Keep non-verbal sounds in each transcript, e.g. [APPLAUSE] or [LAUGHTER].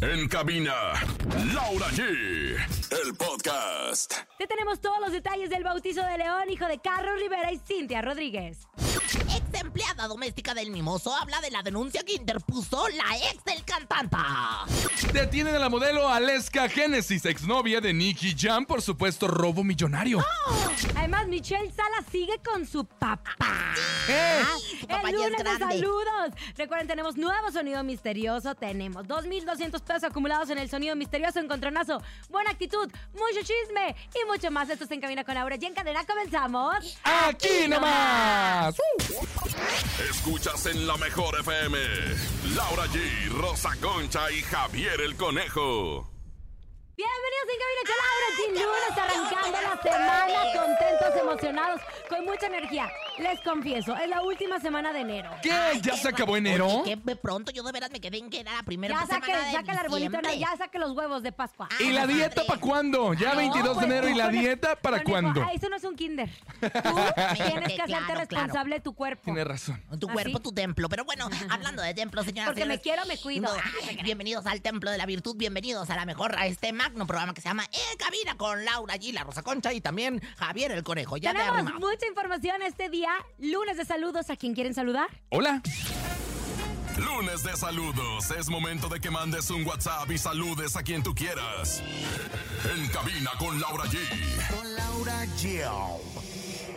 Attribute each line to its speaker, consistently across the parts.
Speaker 1: En cabina, Laura G. El podcast.
Speaker 2: Te tenemos todos los detalles del bautizo de León, hijo de Carlos Rivera y Cintia Rodríguez.
Speaker 3: Ex empleada doméstica del mimoso habla de la denuncia que interpuso la ex del cantante.
Speaker 4: Detienen a la modelo Aleska Genesis, exnovia de Nicky Jam, por supuesto robo millonario.
Speaker 2: Además, Michelle Sala sigue con su papá.
Speaker 4: ¡Eh!
Speaker 3: Su Ah, papá
Speaker 2: el
Speaker 3: ya es
Speaker 2: lunes de
Speaker 3: grande.
Speaker 2: saludos. Recuerden, tenemos nuevo sonido misterioso. Tenemos 2.200 pesos acumulados en el sonido misterioso. Encontronazo, buena actitud, mucho chisme y mucho más. Esto es En Cabina con Laura. Y en cadena comenzamos.
Speaker 4: ¡Aquí nomás!
Speaker 1: Escuchas en la mejor FM. Laura G, Rosa Concha y Javier el Conejo.
Speaker 2: Bienvenidos en Cabina con Laura. Sin lunes, arrancando la semana. Contentos, emocionados, con mucha energía. Les confieso, es la última semana de enero.
Speaker 4: ¿Qué? ¿Ya se acabó enero?
Speaker 3: Oye, qué pronto, yo de veras me quedé en que era la primera
Speaker 2: Ya
Speaker 3: semana
Speaker 2: saque,
Speaker 3: pues, de
Speaker 2: saca el arbolito,
Speaker 3: diciembre. Ah,
Speaker 2: ya saque los huevos de Pascua.
Speaker 4: ¿Y la
Speaker 3: Ay,
Speaker 4: dieta
Speaker 3: madre.
Speaker 4: para cuándo? Ya 22 de
Speaker 2: pues,
Speaker 4: enero. ¿Y la
Speaker 2: conejo,
Speaker 4: dieta para
Speaker 2: conejo,
Speaker 4: cuándo?
Speaker 2: ah, eso no es un
Speaker 3: [LAUGHS]
Speaker 2: kinder. Tú
Speaker 3: Vete,
Speaker 2: tienes que hacerte
Speaker 3: claro,
Speaker 2: responsable de tu cuerpo.
Speaker 4: Tiene razón.
Speaker 3: Tu
Speaker 2: ¿Ah,
Speaker 3: cuerpo,
Speaker 2: sí?
Speaker 3: tu templo.
Speaker 2: [LAUGHS]
Speaker 3: Pero bueno, hablando de templo, señoras
Speaker 2: Porque me
Speaker 3: señores,
Speaker 2: quiero, me cuido.
Speaker 3: no, ay, bienvenidos al templo de la virtud, bienvenidos a la mejor, a este magno programa que se llama En Cabina con Laura G, la Rosa Concha y también Javier el Conejo. Ya te
Speaker 2: Tenemos
Speaker 3: arrimamos.
Speaker 2: mucha información este día. Lunes de saludos a quien quieren saludar.
Speaker 4: Hola.
Speaker 1: Lunes de saludos. Es momento de que mandes un WhatsApp y saludes a quien tú quieras. En cabina con Laura G.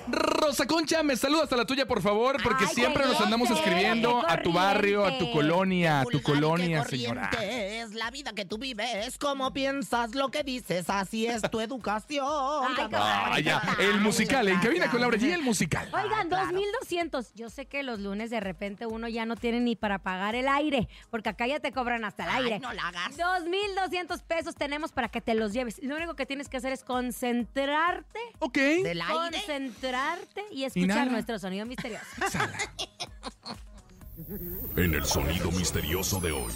Speaker 4: Rosa Concha, me saludas a la tuya, por favor, porque
Speaker 2: Ay,
Speaker 4: siempre
Speaker 2: qué
Speaker 4: nos andamos
Speaker 2: grosera,
Speaker 4: escribiendo
Speaker 2: qué
Speaker 4: a tu barrio, a tu
Speaker 2: corriente.
Speaker 4: colonia, a tu
Speaker 3: Vulgar,
Speaker 4: colonia,
Speaker 3: qué
Speaker 4: señora.
Speaker 3: corriente Es la vida que tú vives, como piensas lo que dices, así es tu [LAUGHS] educación.
Speaker 2: Ay, qué
Speaker 4: Ah, ya. El musical, en cabina con Laura G, el musical.
Speaker 2: Oigan,
Speaker 3: Ah, claro.
Speaker 2: 2200. Yo sé que los lunes de repente uno ya no tiene ni para pagar el aire, porque acá ya te cobran hasta el
Speaker 3: Ay,
Speaker 2: aire.
Speaker 3: no la hagas.
Speaker 2: 2200 pesos tenemos para que te los lleves. Lo único que tienes que hacer es concentrarte,
Speaker 4: Ok.
Speaker 3: Del aire.
Speaker 2: concentrarte y
Speaker 4: Y nada.
Speaker 2: escuchar nuestro sonido misterioso.
Speaker 4: Sala.
Speaker 1: En el sonido misterioso de hoy.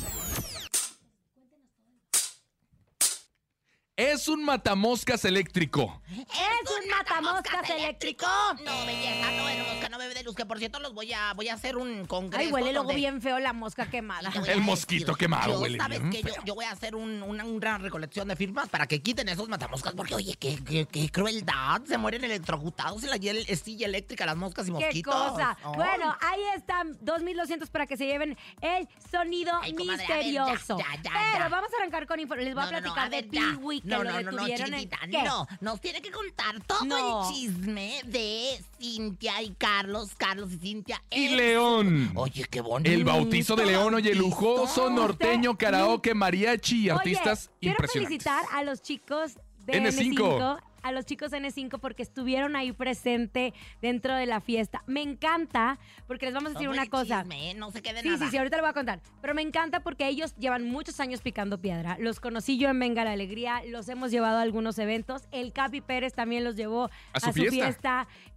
Speaker 4: Es un matamoscas eléctrico.
Speaker 2: Es un matamoscas eléctrico.
Speaker 3: No, belleza, no, hermosa, no bebe de luz. Que por cierto, los voy a, voy a hacer un congreso.
Speaker 2: Ay, huele luego
Speaker 3: donde-
Speaker 2: bien feo la mosca quemada.
Speaker 3: Te voy a
Speaker 4: El
Speaker 3: decir,
Speaker 4: mosquito quemado
Speaker 3: yo,
Speaker 4: huele
Speaker 3: ¿sabes
Speaker 4: bien
Speaker 3: qué? Yo, yo voy a hacer un- una, una recolección de firmas para que quiten esos matamoscas. Porque, oye, qué, qué- qué crueldad. Se mueren electrocutados en la hiel- silla eléctrica las moscas y
Speaker 2: [LAUGHS] ¡Qué
Speaker 3: mosquitos.
Speaker 2: cosa!
Speaker 3: Ay.
Speaker 2: Bueno, ahí están 2.200 para que se lleven el sonido
Speaker 3: Ay, comadre, a ver, ya,
Speaker 2: misterioso.
Speaker 3: ya, ya,
Speaker 2: Pero
Speaker 3: ya.
Speaker 2: vamos a arrancar con info- Les voy a
Speaker 3: No, no, no,
Speaker 2: platicar de
Speaker 3: ver, ya.
Speaker 2: Piwi, que lo
Speaker 3: No, no, no, no,
Speaker 2: detuvieron en...
Speaker 3: chiquitita,
Speaker 2: ¿Qué?
Speaker 3: No, nos tiene que contar todo
Speaker 2: No.
Speaker 3: el chisme de Cintia y Carlos, Carlos y Cintia.
Speaker 4: Y
Speaker 3: en-
Speaker 4: León.
Speaker 3: Oye, qué bonito.
Speaker 4: El bautizo de León, oye,
Speaker 3: bautizo.
Speaker 4: lujoso, norteño, karaoke, mariachi y
Speaker 2: Oye,
Speaker 4: artistas
Speaker 2: quiero
Speaker 4: impresionantes.
Speaker 2: felicitar a los chicos de
Speaker 4: N5.
Speaker 2: N5. a los chicos de N5 porque estuvieron ahí presente dentro de la fiesta. Me encanta porque les vamos a
Speaker 3: Todo
Speaker 2: decir una
Speaker 3: el
Speaker 2: cosa.
Speaker 3: chisme, ¿eh? no se quede
Speaker 2: Sí,
Speaker 3: nada.
Speaker 2: sí, sí, ahorita lo voy a contar. Pero me encanta porque ellos llevan muchos años picando piedra. Los conocí yo en Venga la Alegría, los hemos llevado a algunos eventos. El Capi Pérez también los llevó
Speaker 4: A su fiesta.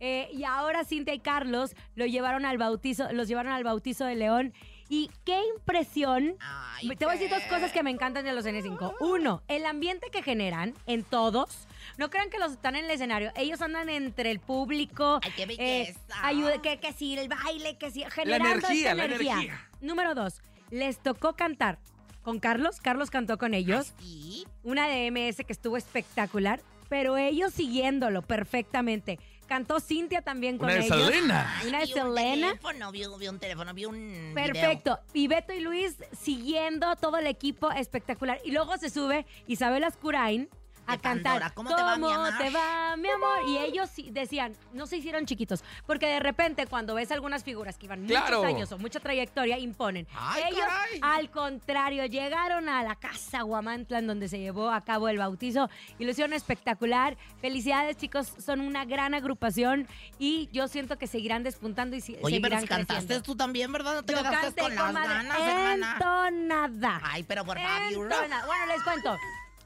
Speaker 2: Eh, y ahora Cintia y Carlos lo llevaron al bautizo, los llevaron al bautizo de León. Y qué impresión.
Speaker 3: Ay, pues,
Speaker 2: Te voy a decir dos
Speaker 3: qué-
Speaker 2: cosas que me encantan de los N5. Uno, el ambiente que generan en todos. No crean que los están en el escenario. Ellos andan entre el público.
Speaker 3: Ay, qué
Speaker 2: eh,
Speaker 3: belleza.
Speaker 2: ayuda, que, que sí, el baile, que sí. Generando esta
Speaker 4: energía, la energía.
Speaker 2: Número dos, les tocó cantar con Carlos. Carlos cantó con ellos.
Speaker 3: Sí.
Speaker 2: Una de MS que estuvo espectacular, pero ellos siguiéndolo perfectamente. Cantó Cintia también con
Speaker 4: Una de
Speaker 2: ellos.
Speaker 4: Selena.
Speaker 3: Ay,
Speaker 2: Una de
Speaker 3: vi un
Speaker 2: Selena.
Speaker 3: teléfono, vi, un- vi un teléfono, vi un video.
Speaker 2: Perfecto. Y Beto y Luis siguiendo todo el equipo espectacular. Y luego se sube Isabel Ascurain a
Speaker 3: De Pandora.
Speaker 2: cantar.
Speaker 3: ¿Cómo te va, mi amor?
Speaker 2: te va, mi amor? Y ellos sí decían, no se hicieron chiquitos. Porque de repente, cuando ves algunas figuras que iban
Speaker 4: Claro.
Speaker 2: muchos años o mucha trayectoria, imponen.
Speaker 3: Ay,
Speaker 2: ellos,
Speaker 3: caray.
Speaker 2: al contrario, llegaron a la casa Guamantlan donde se llevó a cabo el bautizo y lo hicieron espectacular. Felicidades, chicos. Son una gran agrupación y yo siento que seguirán despuntando y si-
Speaker 3: Oye, pero
Speaker 2: seguirán
Speaker 3: si cantaste
Speaker 2: creciendo.
Speaker 3: tú también, ¿verdad? No te
Speaker 2: Yo
Speaker 3: quedaste
Speaker 2: canté
Speaker 3: con las
Speaker 2: comadre,
Speaker 3: ganas, hermana.
Speaker 2: entonada.
Speaker 3: Ay, pero por favor.
Speaker 2: Entonada. Bueno, les cuento.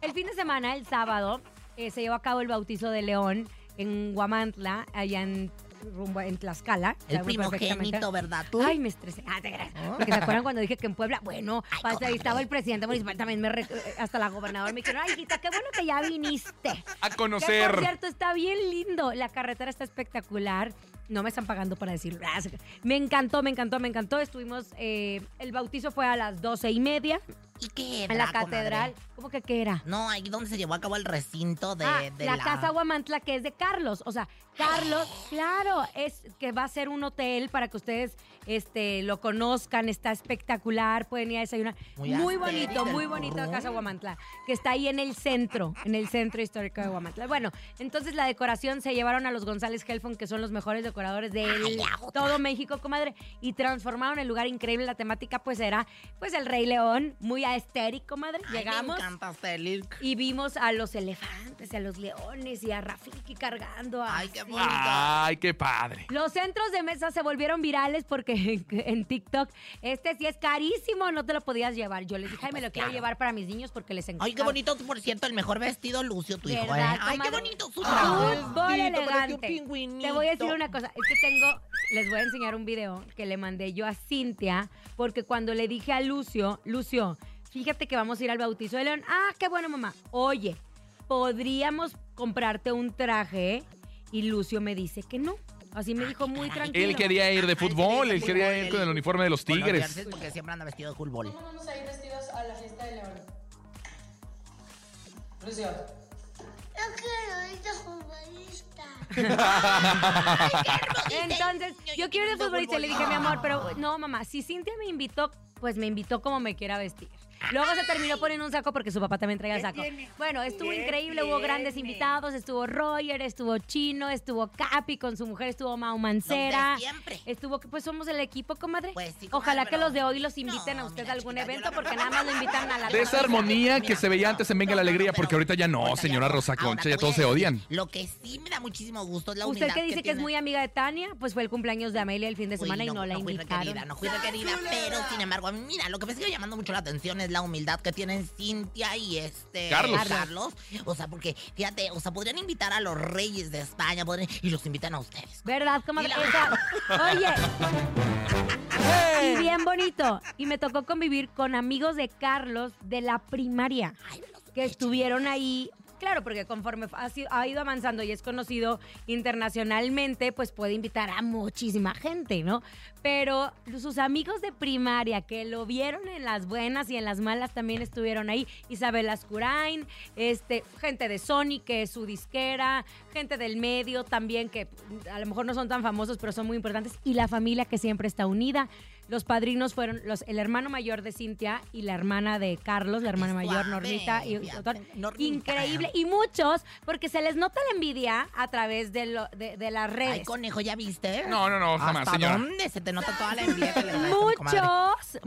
Speaker 2: El fin de semana, el sábado, eh, se llevó a cabo el bautizo de León en Guamantla, allá en rumbo en Tlaxcala.
Speaker 3: El
Speaker 2: Sabemos perfectamente.
Speaker 3: primogénito, ¿verdad? Tú.
Speaker 2: Ay, me estresé. Ah, te creas. Porque se acuerdan cuando dije que en Puebla, bueno,
Speaker 3: Ay,
Speaker 2: hasta ahí
Speaker 3: comadre.
Speaker 2: estaba el presidente municipal, también me re- eh, hasta la gobernadora me dijeron, ay, hijita, qué bueno que ya viniste.
Speaker 4: A
Speaker 2: Que, por
Speaker 4: conocer.
Speaker 2: cierto, está bien lindo. La carretera está espectacular. No me están pagando para decirlo. Me encantó, me encantó, me encantó. Estuvimos, eh, el bautizo fue a las doce y media
Speaker 3: ¿Y qué
Speaker 2: en la
Speaker 3: era, comadre?
Speaker 2: catedral. ¿Cómo que qué era?
Speaker 3: No, ahí donde se llevó a cabo el recinto de,
Speaker 2: Ah,
Speaker 3: de
Speaker 2: la, casa Guamantla que es de Carlos. O sea,
Speaker 3: [GASPS]
Speaker 2: Carlos, claro, es que va a ser un hotel para que ustedes este, lo conozcan. Está espectacular, pueden ir a desayunar.
Speaker 3: Muy
Speaker 2: Muy,
Speaker 3: astérica
Speaker 2: bonito,
Speaker 3: el
Speaker 2: muy bonito la
Speaker 3: burrón.
Speaker 2: casa Guamantla, que está ahí en el centro, en el centro histórico de Guamantla. Bueno, entonces la decoración se llevaron a los González Helfon, que son los mejores decoradores de
Speaker 3: la otra.
Speaker 2: todo México, comadre, y transformaron el lugar increíble. La temática pues era pues el Rey León, muy estérico, comadre.
Speaker 3: Ay,
Speaker 2: Llegamos.
Speaker 3: Me encanta Celir.
Speaker 2: Y vimos a los elefantes, a los leones y a Rafiki cargando a...
Speaker 3: Ay, qué bonito.
Speaker 4: Ay, qué padre.
Speaker 2: Los centros de mesa se volvieron virales porque [LAUGHS] en TikTok este sí es carísimo, no te lo podías llevar. Yo les dije, ay, me lo quiero llevar para mis niños porque les encanta.
Speaker 3: Pues Ay, qué bonito, por cierto, el mejor vestido lucio tu hijo, ¿eh?
Speaker 2: ¿Verdad,
Speaker 3: Ay, qué
Speaker 2: comadre?
Speaker 3: bonito su traje.
Speaker 2: Fútbol
Speaker 3: Vestidito, parecía un
Speaker 2: elegante.
Speaker 3: pingüinito.
Speaker 2: Te voy a decir una cosa, es que tengo, les voy a enseñar un video que le mandé yo a Cintia porque cuando le dije a Lucio, Lucio, fíjate que vamos a ir al bautizo de León. Ah, qué bueno, mamá. Oye, podríamos comprarte un traje y Lucio me dice que no. Así
Speaker 3: Ah,
Speaker 2: me dijo muy tranquilo.
Speaker 4: Él quería ir de fútbol, él quería ir con el uniforme de los
Speaker 3: Con los
Speaker 4: Tigres.
Speaker 3: jerseys, Porque siempre anda vestido de fútbol.
Speaker 5: ¿Cómo vamos a ir vestidos a la fiesta de León? Lucio.
Speaker 6: Yo quiero ir de futbolista.
Speaker 7: [LAUGHS]
Speaker 2: Entonces, yo quiero ir de futbolista. Le dije, mi amor,
Speaker 3: Ah,
Speaker 2: pero no, mamá, si Cintia me invitó, pues me invitó como me quiera vestir. Luego se terminó poniendo un saco porque su papá también traía saco. Bueno, estuvo increíble, hubo grandes invitados, estuvo Roger, estuvo Chino, estuvo Capi con su mujer, estuvo Mau Mancera.
Speaker 3: Los de siempre.
Speaker 2: Estuvo, pues somos el equipo, comadre.
Speaker 3: Pues sí, comadre,
Speaker 2: Ojalá que
Speaker 3: pero-
Speaker 2: los de hoy los inviten
Speaker 3: No,
Speaker 2: a usted a
Speaker 3: mira,
Speaker 2: algún
Speaker 3: chiquita, yo
Speaker 2: evento
Speaker 3: la-
Speaker 2: porque nada más lo invitan a
Speaker 3: [LAUGHS]
Speaker 2: la
Speaker 4: De esa armonía que se veía antes en Venga la Alegría, porque ahorita ya no,
Speaker 3: Ahorita ya
Speaker 4: señora
Speaker 3: no.
Speaker 4: Rosa
Speaker 3: Ahora,
Speaker 4: Concha,
Speaker 3: te
Speaker 4: ya
Speaker 3: voy
Speaker 4: todos
Speaker 3: a
Speaker 4: se
Speaker 3: decir,
Speaker 4: odian.
Speaker 3: Lo que sí me da muchísimo gusto es la
Speaker 2: Usted
Speaker 3: unidad
Speaker 2: que dice que, es
Speaker 3: tiene-
Speaker 2: muy amiga de Tania, pues fue el cumpleaños de Amelia el fin de
Speaker 3: Uy,
Speaker 2: semana y no, la
Speaker 3: fui
Speaker 2: invitaron.
Speaker 3: requerida, no fui requerida, pero sin embargo, a mí, mira, lo que me sigue llamando mucho la atención es la humildad que tienen Cintia y este
Speaker 4: Carlos.
Speaker 3: Carlos. O sea, porque fíjate, o sea, podrían invitar a los reyes de España, podrían, y los invitan a ustedes.
Speaker 2: ¿Verdad, comadre?
Speaker 3: Y la-
Speaker 2: Esa- Oye.
Speaker 3: [LAUGHS]
Speaker 2: Y bien bonito. Y me tocó convivir con amigos de Carlos de la primaria
Speaker 3: Ay, me los
Speaker 2: que estuvieron ahí. Claro, porque conforme ha, sido- ha ido avanzando y es conocido internacionalmente, pues puede invitar a muchísima gente, ¿no? Pero sus amigos de primaria que lo vieron en las buenas y en las malas también estuvieron ahí. Isabel Ascurain, este, gente de Sony, que es su disquera, gente del medio también, que a lo mejor no son tan famosos, pero son muy importantes. Y la familia que siempre está unida. Los padrinos fueron los, el hermano mayor de Cintia y la hermana de Carlos, la hermana mayor,
Speaker 3: Suave,
Speaker 2: Normita. Y,
Speaker 3: fíjate,
Speaker 2: Otón.
Speaker 3: Normita.
Speaker 2: increíble. Y muchos, porque se les nota la envidia a través de, lo- de, de las redes.
Speaker 3: Ay, conejo, ¿ya viste?
Speaker 4: No, no, no, jamás,
Speaker 3: ¿Hasta
Speaker 4: señora.
Speaker 3: dónde se te nota toda la envidia que le traes a mi comadre?
Speaker 2: muchos,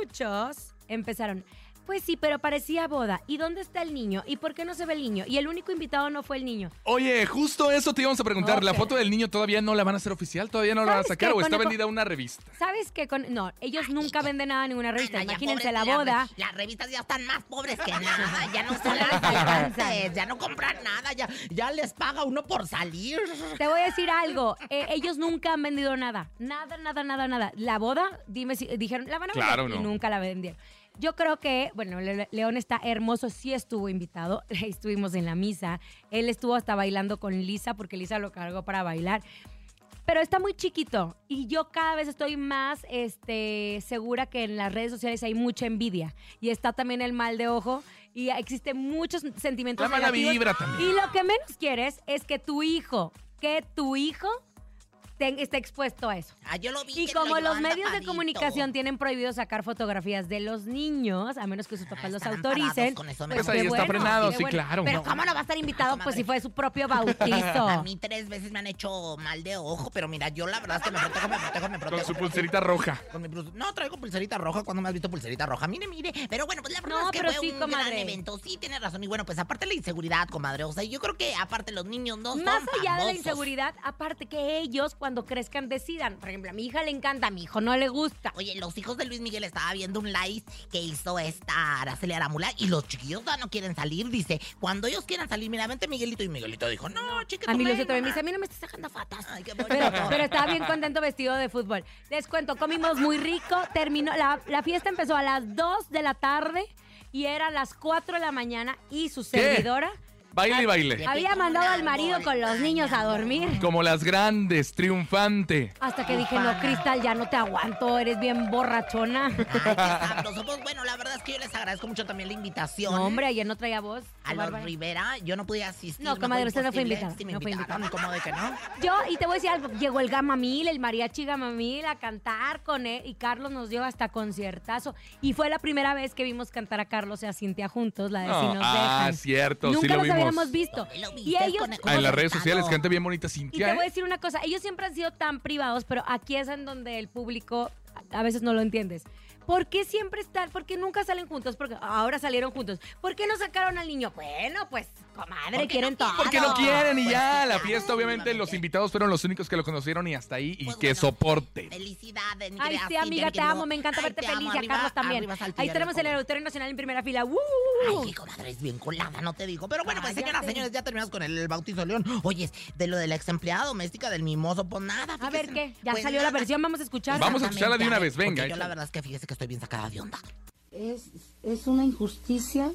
Speaker 2: muchos empezaron. Pues sí, pero parecía boda. ¿Y dónde está el niño? ¿Y por qué no se ve el niño? Y el único invitado no fue el niño.
Speaker 4: Oye, justo eso te íbamos a preguntar. ¿La
Speaker 2: Ok.
Speaker 4: foto del niño todavía no la van a hacer oficial? ¿Todavía no la van a
Speaker 2: ¿Sabes
Speaker 4: sacar?
Speaker 2: qué,
Speaker 4: ¿O está
Speaker 2: conejo?
Speaker 4: vendida una revista?
Speaker 2: ¿Sabes qué? Con... No, ellos nunca venden nada a ninguna revista.
Speaker 3: Ay, no, ya,
Speaker 2: Imagínense
Speaker 3: pobres,
Speaker 2: la
Speaker 3: las re-
Speaker 2: boda.
Speaker 3: Las revistas ya están más pobres
Speaker 2: [LAUGHS]
Speaker 3: que nada. Ya no se
Speaker 2: les
Speaker 3: les
Speaker 2: alcanza.
Speaker 3: alcanza. Ya no compran nada. Ya, ya les paga uno por salir.
Speaker 2: Te voy a decir algo. eh, ellos nunca han vendido nada. Nada, nada, nada, nada. La boda, dime si dijeron, la van a vender.
Speaker 4: Claro,
Speaker 2: y
Speaker 4: no.
Speaker 2: nunca la vendieron. Yo creo que, bueno, Le- Le- León está hermoso, sí estuvo invitado. [LAUGHS] Estuvimos en la misa. Él estuvo hasta bailando con Lisa porque Lisa lo cargó para bailar. Pero está muy chiquito y yo cada vez estoy más este, segura que en las redes sociales hay mucha envidia y está también el mal de ojo y existen muchos sentimientos
Speaker 4: La mala
Speaker 2: negativos.
Speaker 4: vibra también.
Speaker 2: Y lo que menos quieres es que tu hijo, que tu hijo ten- esté expuesto a eso.
Speaker 3: Ah, yo lo vi
Speaker 2: Y
Speaker 3: que lo
Speaker 2: como los
Speaker 3: llevaban
Speaker 2: medios de
Speaker 3: tapadito.
Speaker 2: comunicación tienen prohibido sacar fotografías de los niños, a menos que sus
Speaker 3: Ah,
Speaker 2: papás los
Speaker 3: están
Speaker 2: autoricen,
Speaker 3: amparados con eso,
Speaker 4: Pues
Speaker 3: mejor.
Speaker 4: ahí
Speaker 2: qué
Speaker 4: está frenado,
Speaker 2: qué
Speaker 4: sí, claro.
Speaker 2: Pero
Speaker 4: No.
Speaker 2: ¿cómo no va a estar invitado?
Speaker 3: Comadre.
Speaker 2: Pues si fue su propio
Speaker 3: [LAUGHS] A
Speaker 2: bautizo.
Speaker 3: mí tres veces me han hecho mal de ojo, pero mira, yo la verdad es que me protejo, me protejo, me protejo.
Speaker 4: Con su
Speaker 3: me
Speaker 4: pulserita roja.
Speaker 3: protejo. Con mi pulse- No, traigo pulserita roja. cuando me has visto pulserita roja? Mire, mire. Pero bueno, pues la verdad
Speaker 2: No,
Speaker 3: es que
Speaker 2: pero
Speaker 3: fue
Speaker 2: sí,
Speaker 3: un gran
Speaker 2: comadre.
Speaker 3: evento. Sí, tienes razón. Y bueno, pues aparte la inseguridad, comadre. O sea, yo creo que aparte los niños no
Speaker 2: Más
Speaker 3: son
Speaker 2: allá de la
Speaker 3: famosos.
Speaker 2: inseguridad, aparte que ellos cuando crezcan decidan. Por ejemplo, a mi hija le encanta, a mi hijo no le gusta.
Speaker 3: Oye, los hijos de Luis Miguel estaba viendo un live que hizo esta Araceli Aramula y los chiquillos ya no quieren salir. Dice, cuando ellos quieran salir, mira, vente Miguelito. Y Miguelito dijo, no, chiquito.
Speaker 2: A mí Lucio también me dice, a mí no me estás
Speaker 3: [LAUGHS]
Speaker 2: sacando fatas.
Speaker 3: Ay, qué bonito.
Speaker 2: Pero, pero estaba bien contento vestido de fútbol. Les cuento, comimos muy rico, terminó, la, la fiesta empezó a las 2 de la tarde y era las 4 de la mañana y su servidora
Speaker 4: Baile y baile.
Speaker 2: Había mandado al marido con los niños a dormir.
Speaker 4: Como las grandes, triunfante.
Speaker 2: Hasta que dije, no, Cristal, ya no te aguanto, eres bien
Speaker 3: [LAUGHS]
Speaker 2: borrachona.
Speaker 3: Ay, qué sabroso. Pues bueno, la verdad es que yo les agradezco mucho también la invitación.
Speaker 2: No, hombre, ayer no traía voz.
Speaker 3: A los
Speaker 2: Bárbara.
Speaker 3: Rivera, yo no pude asistir.
Speaker 2: No,
Speaker 3: me
Speaker 2: comadre,
Speaker 3: fue
Speaker 2: usted no fue
Speaker 3: imposible.
Speaker 2: invitada,
Speaker 3: Sí, me
Speaker 2: no fue
Speaker 3: invitaron, ¿cómo de
Speaker 2: [LAUGHS]
Speaker 3: que no?
Speaker 2: Yo, y te voy a decir algo, llegó el Gamamil, el mariachi Gamamil a cantar con él y Carlos nos dio hasta conciertazo. Y fue la primera vez que vimos cantar a Carlos y a Cintia juntos, la de Si
Speaker 4: No,
Speaker 2: nos
Speaker 4: ah,
Speaker 2: dejan.
Speaker 4: cierto,
Speaker 2: Nunca
Speaker 4: sí lo
Speaker 2: los
Speaker 4: vimos.
Speaker 2: habíamos visto.
Speaker 3: ¿Dónde lo
Speaker 2: Y
Speaker 3: viste?
Speaker 2: ellos,
Speaker 3: Con el-
Speaker 4: Ah, en las
Speaker 3: ¿Cómo
Speaker 4: redes
Speaker 3: se
Speaker 4: sociales,
Speaker 3: trató?
Speaker 4: gente bien bonita,
Speaker 2: y te
Speaker 4: Cintia.
Speaker 2: voy a
Speaker 4: ¿eh?
Speaker 2: decir una cosa, ellos siempre han sido tan privados, pero aquí es en donde el público a veces no lo entiendes. ¿Por qué siempre están? ¿Por qué nunca salen juntos? Porque ahora salieron juntos. ¿por qué no sacaron al niño? Bueno, pues, comadre,
Speaker 3: Porque
Speaker 2: quieren
Speaker 3: no
Speaker 2: todo.
Speaker 3: quieren.
Speaker 4: Porque no quieren y
Speaker 3: Pues
Speaker 4: ya,
Speaker 3: sí,
Speaker 4: la
Speaker 3: claro,
Speaker 4: fiesta, obviamente, los
Speaker 3: obviamente.
Speaker 4: invitados fueron los únicos que lo conocieron y hasta ahí, y
Speaker 3: Pues
Speaker 4: que
Speaker 3: bueno.
Speaker 4: soporte.
Speaker 3: Felicidades, mi
Speaker 2: Ay,
Speaker 3: querida
Speaker 2: sí,
Speaker 3: Cintia,
Speaker 2: amiga,
Speaker 3: mi
Speaker 2: te
Speaker 3: querido-
Speaker 2: amo. Me encanta
Speaker 3: Ay,
Speaker 2: verte
Speaker 3: te amo,
Speaker 2: feliz y a
Speaker 3: arriba-
Speaker 2: Carlos también.
Speaker 3: arriba Saltillo,
Speaker 2: Ahí tenemos el
Speaker 3: Aeropuerto.
Speaker 2: Auditorio Nacional en primera fila. ¡Uh!
Speaker 3: Ay, qué comadre, es bien colada, no te digo. Pero bueno, pues señoras,
Speaker 2: Cállate.
Speaker 3: señores, ya terminamos con el, bautizo de León. Oye, de lo de la ex empleada doméstica del mimoso, pues nada.
Speaker 2: A ver
Speaker 3: fíjese,
Speaker 2: qué. Ya
Speaker 3: pues
Speaker 2: salió la
Speaker 3: nada.
Speaker 2: versión, vamos a escuchar.
Speaker 4: Vamos a escucharla de una vez,
Speaker 3: Exactamente,
Speaker 4: venga,
Speaker 3: porque Yo la
Speaker 4: échale.
Speaker 3: verdad es que fíjese que estoy bien sacada de onda.
Speaker 8: Es, es una injusticia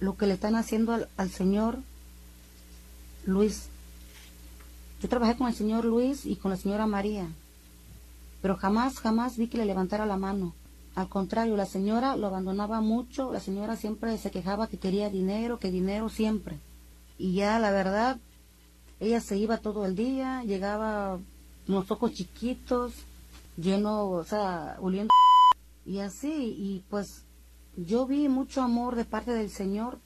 Speaker 8: lo que le están haciendo al, al señor Luis. Yo trabajé con el señor Luis y con la señora María, pero jamás, jamás vi que le levantara la mano. Al contrario, la señora lo abandonaba mucho, la señora siempre se quejaba que quería dinero, que dinero siempre. Y ya la verdad, ella se iba todo el día, llegaba unos ojos chiquitos, lleno, o sea, oliendo y así, y pues yo vi mucho amor de parte del Señor.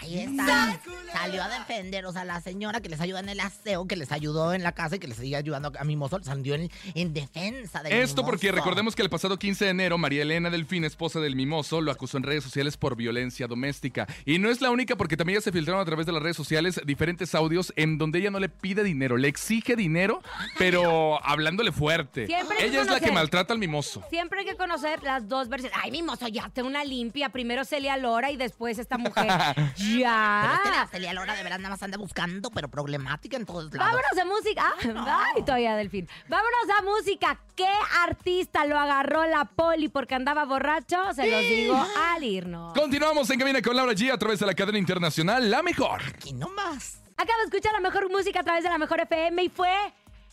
Speaker 3: Ahí está. Salió a defender, o sea, la señora que les ayuda en el aseo, que les ayudó en la casa y que les sigue ayudando a Mimoso, salió en, en defensa de
Speaker 4: Esto porque recordemos que el pasado 15 de enero, María Elena Delfín, esposa del mimoso, lo acusó en redes sociales por violencia doméstica. Y no es la única, porque también ya se filtraron a través de las redes sociales diferentes audios en donde ella no le pide dinero, le exige dinero, pero hablándole fuerte.
Speaker 2: Siempre hay que
Speaker 4: Ella es la
Speaker 2: conocer.
Speaker 4: que maltrata al mimoso.
Speaker 2: Siempre hay que conocer las dos versiones. Ay, mimoso, ya te una limpia. Primero Celia Lora y después esta mujer.
Speaker 3: [LAUGHS] Pero es que
Speaker 2: ya.
Speaker 3: la Celia Lora de verdad nada más anda buscando, pero problemática en todos lados.
Speaker 2: Vámonos a música. Ah, Ay, todavía Delfín. Vámonos a música. ¿Qué artista lo agarró la poli porque andaba borracho? Se los digo al irnos.
Speaker 4: Continuamos en Camina con Laura G a través de la cadena internacional La Mejor.
Speaker 3: Aquí nomás.
Speaker 2: Acabo de escuchar la mejor música a través de la mejor FM y fue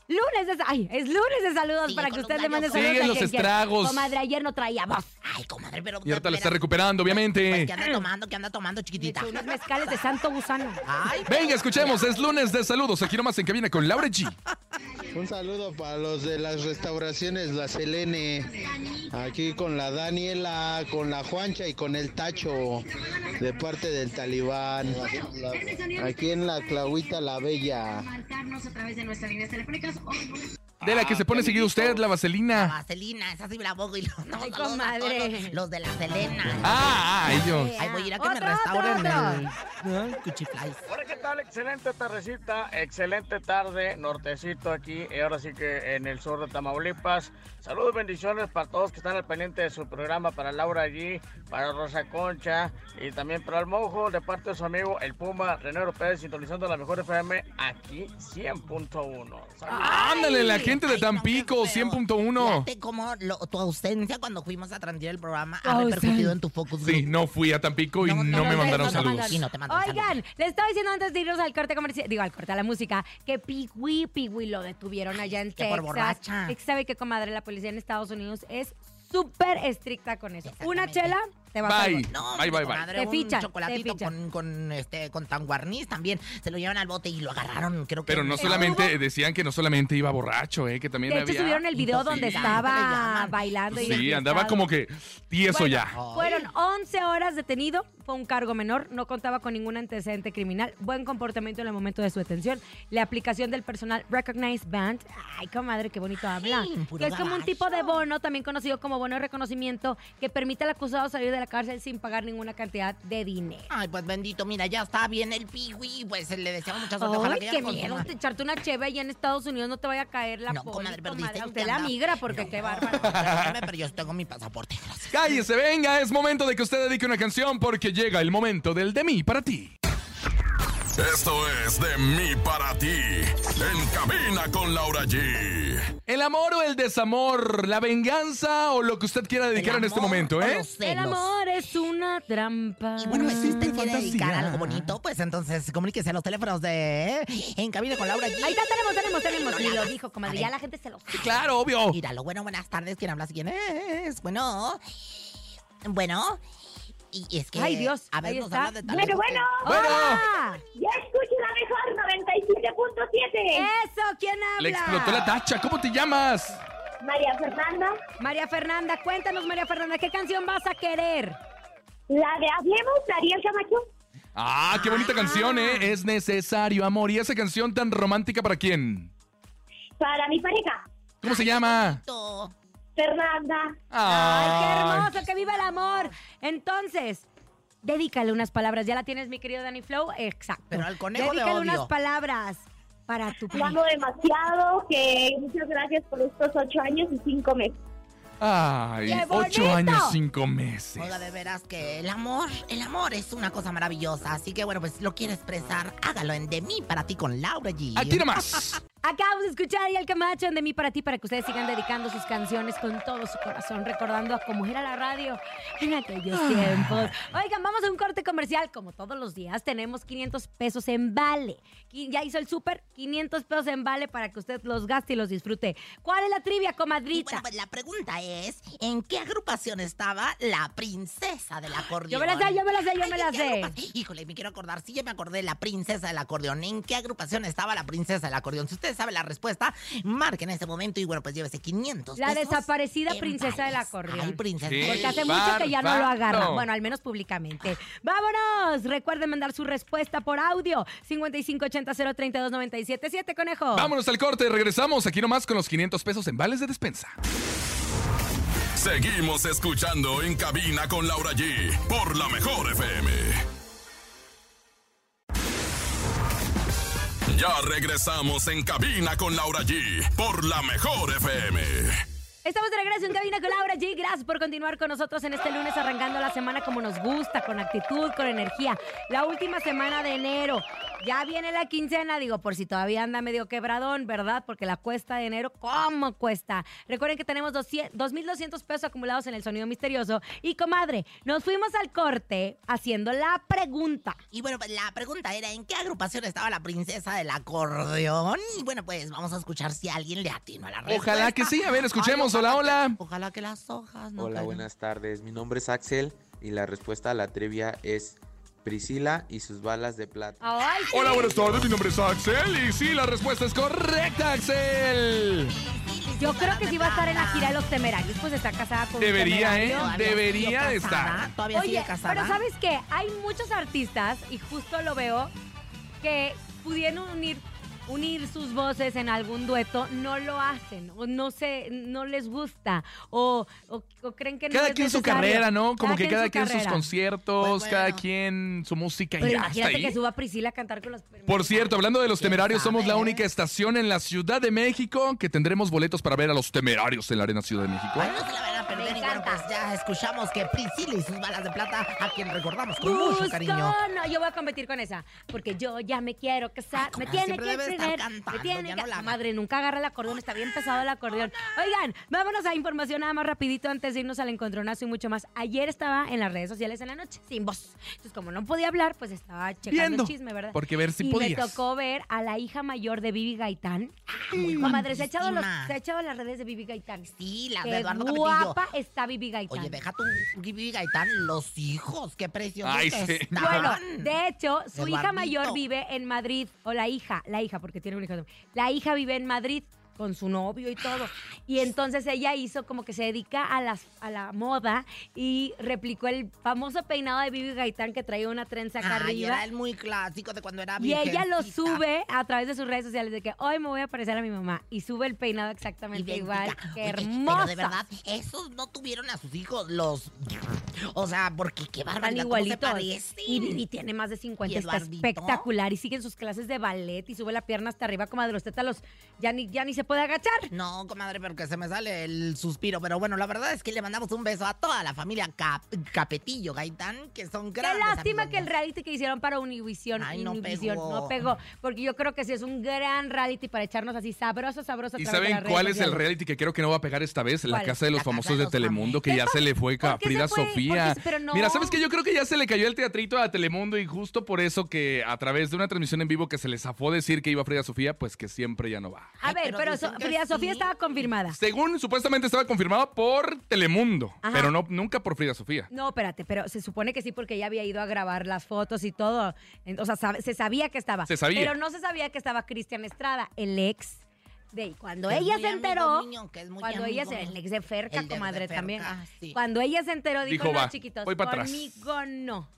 Speaker 2: lunes de... Ay, es lunes de saludos
Speaker 3: Sigue
Speaker 2: para
Speaker 3: con
Speaker 2: que
Speaker 3: los
Speaker 2: usted le mande
Speaker 3: gallos.
Speaker 2: saludos.
Speaker 4: Siguen
Speaker 2: a
Speaker 4: los
Speaker 2: quien quiera.
Speaker 4: estragos.
Speaker 2: Comadre, ayer no traía voz.
Speaker 3: Ay, comadre, pero.
Speaker 4: Y ahorita la
Speaker 3: de
Speaker 4: está
Speaker 3: veras,
Speaker 4: recuperando,
Speaker 3: Pues
Speaker 4: obviamente.
Speaker 3: que anda tomando, que anda tomando, chiquitita.
Speaker 2: Son Unos mezcales de santo gusano.
Speaker 3: Ay,
Speaker 4: Venga, escuchemos, es lunes de saludos, aquí nomás en Camina con Laura G.
Speaker 9: Un saludo para los de las restauraciones, la Selene, aquí con la Daniela, con la Juancha y con el Tacho, de parte del talibán. Aquí en la Clauita la Bella.
Speaker 4: De la que se pone seguido usted, la vaselina.
Speaker 3: Vaselina, esa sí me la pongo y los, no,
Speaker 2: Ay,
Speaker 3: no, no, no,
Speaker 2: comadre.
Speaker 3: no, los de la Selena.
Speaker 4: Ah, ah, ellos.
Speaker 3: Ay, voy a ir a que me
Speaker 2: Otro,
Speaker 3: restauren
Speaker 2: otro,
Speaker 3: el. Ay, cuchiflais.
Speaker 10: Hola, ¿qué tal? Excelente tardecita, excelente tarde, nortecito aquí, y ahora sí que en el sur de Tamaulipas. Saludos, bendiciones para todos que están al pendiente de su programa, para Laura allí, para Rosa Concha y también para el Mojo, de parte de su amigo el Puma, René López, sintonizando la mejor FM aquí 100.1. Saludos.
Speaker 4: Ándale, la gente de
Speaker 3: Ay, no, qué
Speaker 4: Tampico,
Speaker 3: feo.
Speaker 4: 100.1.
Speaker 3: Fíjate cómo lo- tu ausencia cuando fuimos a transmitir el programa
Speaker 2: Oh,
Speaker 3: ha repercutido
Speaker 2: sí.
Speaker 3: en tu focus
Speaker 4: Sí,
Speaker 3: group.
Speaker 4: no fui a Tampico y
Speaker 3: No,
Speaker 4: no,
Speaker 3: no, no,
Speaker 4: me
Speaker 3: no,
Speaker 4: mandaron
Speaker 3: no, no,
Speaker 4: saludos.
Speaker 3: no, no, no. te mandan
Speaker 2: Oigan, les estaba diciendo antes de irnos al corte comercial, digo al corte, a la música, que Piwi, Piwi lo detuvieron allá en
Speaker 3: que por
Speaker 2: Texas.
Speaker 3: borracha.
Speaker 2: Es que sabe que, comadre, la policía en Estados Unidos es súper estricta con eso. Una
Speaker 3: Exactamente.
Speaker 2: chela, te vas
Speaker 4: Bye.
Speaker 2: al bote.
Speaker 3: No,
Speaker 4: Bye, bye, bye.
Speaker 3: madre,
Speaker 2: Te
Speaker 3: un
Speaker 2: fichan, te
Speaker 3: chocolatito
Speaker 2: fichan.
Speaker 3: con, con, este, con tan guarniz también. Se lo llevan al bote y lo agarraron, creo que.
Speaker 4: Pero no
Speaker 3: Eh,
Speaker 4: solamente, decían que no solamente iba borracho, eh, que también
Speaker 2: De hecho,
Speaker 4: había...
Speaker 2: subieron el video donde
Speaker 4: Sí,
Speaker 3: ¿cómo le
Speaker 2: estaba
Speaker 3: llaman?
Speaker 2: bailando. y
Speaker 4: Sí, andaba
Speaker 2: desfiestado.
Speaker 4: como que tieso
Speaker 2: Bueno,
Speaker 4: ya.
Speaker 2: Fueron 11 horas detenido, fue un cargo menor, no contaba con ningún antecedente criminal, buen comportamiento en el momento de su detención, la aplicación del personal Recognized Band, ay comadre, qué bonito habla,
Speaker 3: puro
Speaker 2: que es como un
Speaker 3: gabacho.
Speaker 2: tipo de bono, también conocido como bono de reconocimiento, que permite al acusado salir de la cárcel sin pagar ninguna cantidad de dinero.
Speaker 3: Ay, pues bendito, mira, ya está bien el piwi. Pues le deseamos mucha suerte. ojalá
Speaker 2: Ay,
Speaker 3: que
Speaker 2: qué
Speaker 3: ella
Speaker 2: miedo,
Speaker 3: consuma.
Speaker 2: te echarte una cheve allá en Estados Unidos, no te vaya a caer la
Speaker 3: No,
Speaker 2: poli,
Speaker 3: comadre, pero
Speaker 2: comadre.
Speaker 3: dicen
Speaker 2: A
Speaker 3: que
Speaker 2: usted la
Speaker 3: anda-
Speaker 2: migra, porque
Speaker 3: No,
Speaker 2: qué
Speaker 3: no,
Speaker 2: bárbaro.
Speaker 3: perdóname, pero yo tengo mi
Speaker 4: [LAUGHS]
Speaker 3: pasaporte, gracias.
Speaker 4: Cállese, venga, es momento de que usted dedique una canción porque llega el momento del de mí para ti.
Speaker 1: Esto es de mí para ti. En cabina con Laura G.
Speaker 4: El amor o el desamor, la venganza o lo que usted quiera dedicar en este momento, ¿eh?
Speaker 2: El amor es una trampa.
Speaker 3: Y bueno, pues, si usted quiere
Speaker 4: fantasía.
Speaker 3: dedicar algo bonito, pues entonces comuníquese a los teléfonos de En Cabina con Laura G.
Speaker 2: Ahí está, tenemos, tenemos, tenemos. Y lo dijo, comadre. Ya la gente se lo sabe.
Speaker 4: Claro, obvio.
Speaker 3: Míralo, bueno, buenas tardes, ¿quién hablas? ¿Quién es? Bueno, bueno, y y es que...
Speaker 2: Ay, Dios,
Speaker 3: a ver,
Speaker 2: ahí
Speaker 3: nos
Speaker 2: está.
Speaker 3: habla de tal vez
Speaker 7: Bueno, bueno.
Speaker 4: Bueno.
Speaker 2: ¡Hola!
Speaker 7: Ya escucho la mejor
Speaker 11: ¿Eh?
Speaker 7: 97.7.
Speaker 2: ¡Eso! ¿Quién habla?
Speaker 4: Le explotó la tacha. ¿Cómo te llamas?
Speaker 7: María Fernanda,
Speaker 2: María Fernanda, cuéntanos, María Fernanda, ¿qué canción vas a querer?
Speaker 7: la de Hablemos, de Ariel Camacho.
Speaker 4: Ah, qué bonita canción, ¿eh? Es necesario, amor. ¿Y esa canción tan romántica para quién?
Speaker 7: Para mi pareja,
Speaker 4: ¿Cómo se llama?
Speaker 3: bonito.
Speaker 7: Fernanda.
Speaker 2: ¡Ay,
Speaker 4: Ah,
Speaker 2: qué hermoso! ¡Que viva el amor! Entonces, dedícale unas palabras. Ya la tienes, mi querido Danny Flow. Exacto.
Speaker 3: Pero al conejo le
Speaker 2: Dedícale
Speaker 3: odio.
Speaker 2: unas palabras para tu
Speaker 7: Te amo demasiado, que muchas gracias por estos ocho años y cinco meses.
Speaker 4: Ay,
Speaker 2: ¡Qué
Speaker 4: ocho
Speaker 2: bonito!
Speaker 4: años, cinco meses.
Speaker 3: Oiga, de veras que el amor, el amor es una cosa maravillosa. Así que bueno, pues lo quiere expresar, hágalo en De mí para ti con Laura G.
Speaker 2: [LAUGHS]
Speaker 4: Aquí nomás.
Speaker 2: Acabamos de escuchar a Ariel Camacho en De mí para ti, para que ustedes sigan dedicando sus canciones con todo su corazón, recordando a cómo era la radio en aquellos tiempos. Oigan, vamos a un corte comercial. Como todos los días, tenemos 500 pesos en vale. Qui- Ya hizo el súper, 500 pesos en vale para que usted los gaste y los disfrute. ¿Cuál es la trivia,
Speaker 3: Y
Speaker 2: comadrita?
Speaker 3: bueno, pues la pregunta es, ¿en qué agrupación estaba la princesa del acordeón?
Speaker 2: yo me la sé, yo me la sé, yo
Speaker 3: Ay,
Speaker 2: me
Speaker 3: ¿en
Speaker 2: la
Speaker 3: qué
Speaker 2: sé.
Speaker 3: agrupa- Híjole, me quiero acordar, sí, ya me acordé, la princesa del acordeón. ¿En qué agrupación estaba la princesa del acordeón? Si ustedes saben la respuesta, marquen en este momento y bueno, pues llévese 500
Speaker 2: La
Speaker 3: pesos
Speaker 2: desaparecida
Speaker 3: en
Speaker 2: princesa del
Speaker 3: vales.
Speaker 2: acordeón.
Speaker 3: Ay, princesa.
Speaker 4: Sí.
Speaker 2: Porque hace mucho que ya no lo
Speaker 4: Bárbaro.
Speaker 2: agarra. Bueno, al menos públicamente. ¡Vámonos! Recuerden mandar su respuesta por audio. 5580-032-977, conejo.
Speaker 4: Vámonos al corte, regresamos aquí nomás con los 500 pesos en vales de despensa.
Speaker 1: Seguimos escuchando en cabina con Laura G. Por la mejor FM. Ya regresamos en cabina con Laura G. Por la mejor FM.
Speaker 2: Estamos de regreso en Cabina con Laura G. Gracias por continuar con nosotros en este lunes, arrancando la semana como nos gusta, con actitud, con energía. La última semana de enero. Ya viene la quincena, digo, por si todavía anda medio quebradón, ¿verdad? Porque la cuesta de enero, ¿cómo cuesta? Recuerden que tenemos 200 2.200 pesos acumulados en el sonido misterioso. Y comadre, nos fuimos al corte haciendo la pregunta.
Speaker 3: Y bueno, pues la pregunta era, ¿en qué agrupación estaba la princesa del acordeón? Y bueno, pues vamos a escuchar si alguien le atinó a la respuesta.
Speaker 4: Ojalá que sí, a ver, escuchemos.
Speaker 3: Ay,
Speaker 4: Hola,
Speaker 3: ojalá
Speaker 4: hola.
Speaker 3: que- Ojalá que las hojas no
Speaker 12: Hola,
Speaker 3: caigan.
Speaker 12: buenas tardes. Mi nombre es Axel y la respuesta a la trivia es Priscila y sus balas de plata.
Speaker 2: ¡Ay, sí!
Speaker 4: Hola, buenas tardes, mi nombre es Axel y sí, la respuesta es correcta, Axel.
Speaker 2: Yo creo que sí va a estar en la gira de los temerarios, pues está casada con un
Speaker 4: Debería, ¿eh?
Speaker 2: temerario.
Speaker 3: Todavía
Speaker 4: Debería
Speaker 3: sigue casada,
Speaker 4: de estar.
Speaker 3: Todavía sigue casada.
Speaker 2: pero ¿sabes qué? Hay muchos artistas, y justo lo veo, que pudieron unir unir sus voces en algún dueto, no lo hacen, o no se, no les gusta, o, o- o creen que no
Speaker 4: Cada
Speaker 2: es
Speaker 4: quien su
Speaker 2: necesario.
Speaker 4: carrera, ¿no? Como que cada
Speaker 2: su
Speaker 4: quien sus
Speaker 2: carrera.
Speaker 4: conciertos,
Speaker 3: Pues bueno.
Speaker 4: cada quien su música y
Speaker 2: Pero
Speaker 4: ya hasta
Speaker 2: imagínate
Speaker 4: ahí.
Speaker 2: que suba Priscila a cantar con los...
Speaker 4: Por cierto, hablando de los
Speaker 3: ¿Quién
Speaker 4: temerarios, somos
Speaker 3: sabe,
Speaker 4: la
Speaker 3: eh?
Speaker 4: única estación en la Ciudad de México que tendremos boletos para ver a los temerarios en la Arena Ciudad de México.
Speaker 3: Ay, no se la van a perder.
Speaker 2: Me
Speaker 3: Y bueno,
Speaker 2: encanta.
Speaker 3: pues ya escuchamos que Priscila y sus balas de plata, a quien recordamos con mucho
Speaker 2: Justo,
Speaker 3: cariño.
Speaker 2: no, yo voy a competir con esa, porque yo ya me quiero casar,
Speaker 3: Ay,
Speaker 2: me
Speaker 3: comadre,
Speaker 2: tiene
Speaker 3: siempre
Speaker 2: que
Speaker 3: debe estar
Speaker 2: tener, me
Speaker 3: cantando,
Speaker 2: tiene
Speaker 3: ya
Speaker 2: que... Ah,
Speaker 3: no la haga.
Speaker 2: madre, nunca agarra el acordeón, está bien pesado el acordeón. Oigan, vámonos a información nada más rapidito antes de irnos al encontronazo y mucho más. Ayer estaba en las redes sociales en la noche, sin voz. Entonces, como no podía hablar, pues estaba checando
Speaker 4: Viendo,
Speaker 2: el chisme, ¿verdad?
Speaker 4: porque ver si
Speaker 2: y me
Speaker 4: podías.
Speaker 2: tocó ver a la hija mayor de Vivi Gaitán. Comadre, se ha echado, los-
Speaker 3: guapísima.
Speaker 2: se ha echado las redes de Vivi Gaitán.
Speaker 3: Sí, las de
Speaker 2: Qué
Speaker 3: Eduardo Capetillo.
Speaker 2: guapa está Vivi Gaitán.
Speaker 3: Oye, deja tu Vivi Gaitán, los hijos, qué preciosos
Speaker 4: Ay,
Speaker 3: que
Speaker 4: sí.
Speaker 3: están.
Speaker 2: Bueno, de hecho, su hija
Speaker 3: Eduardito.
Speaker 2: mayor vive en Madrid, o la hija, la hija, porque tiene un hijo. también. La hija vive en Madrid con su novio y todo. Y entonces ella hizo como que se dedica a, las, a la moda y replicó el famoso peinado de Vivi Gaitán que traía una trenza acá
Speaker 3: Ay,
Speaker 2: arriba.
Speaker 3: era el muy clásico de cuando era
Speaker 2: Y ella lo
Speaker 3: virgencita.
Speaker 2: sube a través de sus redes sociales de que hoy me voy a parecer a mi mamá. Y sube el peinado exactamente
Speaker 3: Idéntica.
Speaker 2: igual. ¡Qué
Speaker 3: Oye,
Speaker 2: hermosa!
Speaker 3: Pero de verdad, esos no tuvieron a sus hijos, los. O sea, porque qué
Speaker 2: Están
Speaker 3: barbaridad. ¿cómo se
Speaker 2: igualitos.
Speaker 3: parecen?
Speaker 2: Y Vivi tiene más de 50,
Speaker 3: ¿Y
Speaker 2: está
Speaker 3: Eduardito?
Speaker 2: espectacular. Y siguen sus clases de ballet y sube la pierna hasta arriba, como de los tétalos. Ya ni, ya ni se puede agachar.
Speaker 3: No, comadre, pero que se me sale el suspiro. Pero bueno, la verdad es que le mandamos un beso a toda la familia Cap- Capetillo, Gaitán, que son
Speaker 2: Qué
Speaker 3: grandes.
Speaker 2: lástima
Speaker 3: amigos
Speaker 2: que el reality que hicieron para Univision,
Speaker 3: Ay, no
Speaker 2: Univision,
Speaker 3: pegó.
Speaker 2: no pegó, porque yo creo que sí es un gran reality para echarnos así sabroso, sabroso. a
Speaker 4: ¿Y
Speaker 2: través de
Speaker 4: saben
Speaker 2: las redes
Speaker 4: cuál es el
Speaker 2: sociales.
Speaker 4: reality que creo que no va a pegar esta vez? La
Speaker 2: ¿Cuál?
Speaker 4: Casa de los
Speaker 2: La Casa
Speaker 4: Famosos
Speaker 2: de
Speaker 4: de
Speaker 2: los
Speaker 4: Telemundo, que ya se le fue a
Speaker 2: [LAUGHS] ¿Por qué se
Speaker 4: Frida
Speaker 2: fue?
Speaker 4: Sofía.
Speaker 2: Porque- pero no.
Speaker 4: Mira, ¿sabes qué? Yo creo que ya se le cayó el teatrito a Telemundo y justo por eso que a través de una transmisión en vivo que se les zafó decir que iba Frida Sofía, pues que siempre ya no va.
Speaker 2: A ver, pero, So- Frida Sofía estaba confirmada.
Speaker 4: Según supuestamente estaba confirmado por Telemundo,
Speaker 2: Ajá.
Speaker 4: pero no nunca por Frida Sofía.
Speaker 2: No, espérate, pero se supone que sí porque ella había ido a grabar las fotos y todo. En- O sea, sabe- se sabía que estaba.
Speaker 4: Se sabía.
Speaker 2: Pero no se sabía que estaba Cristian Estrada, el ex de... y Cuando
Speaker 3: Que es
Speaker 2: ella
Speaker 3: muy
Speaker 2: se
Speaker 3: amigo
Speaker 2: enteró...
Speaker 3: mío, que es muy
Speaker 2: Cuando ella
Speaker 3: amigo
Speaker 2: se...
Speaker 3: mío.
Speaker 2: El ex de Ferca,
Speaker 3: El de- de
Speaker 2: comadre,
Speaker 3: Ferca,
Speaker 2: también.
Speaker 3: sí.
Speaker 2: Cuando ella se enteró, dijo, no,
Speaker 4: Dijo, "Va,
Speaker 2: chiquitos,
Speaker 4: voy para atrás".
Speaker 2: conmigo no.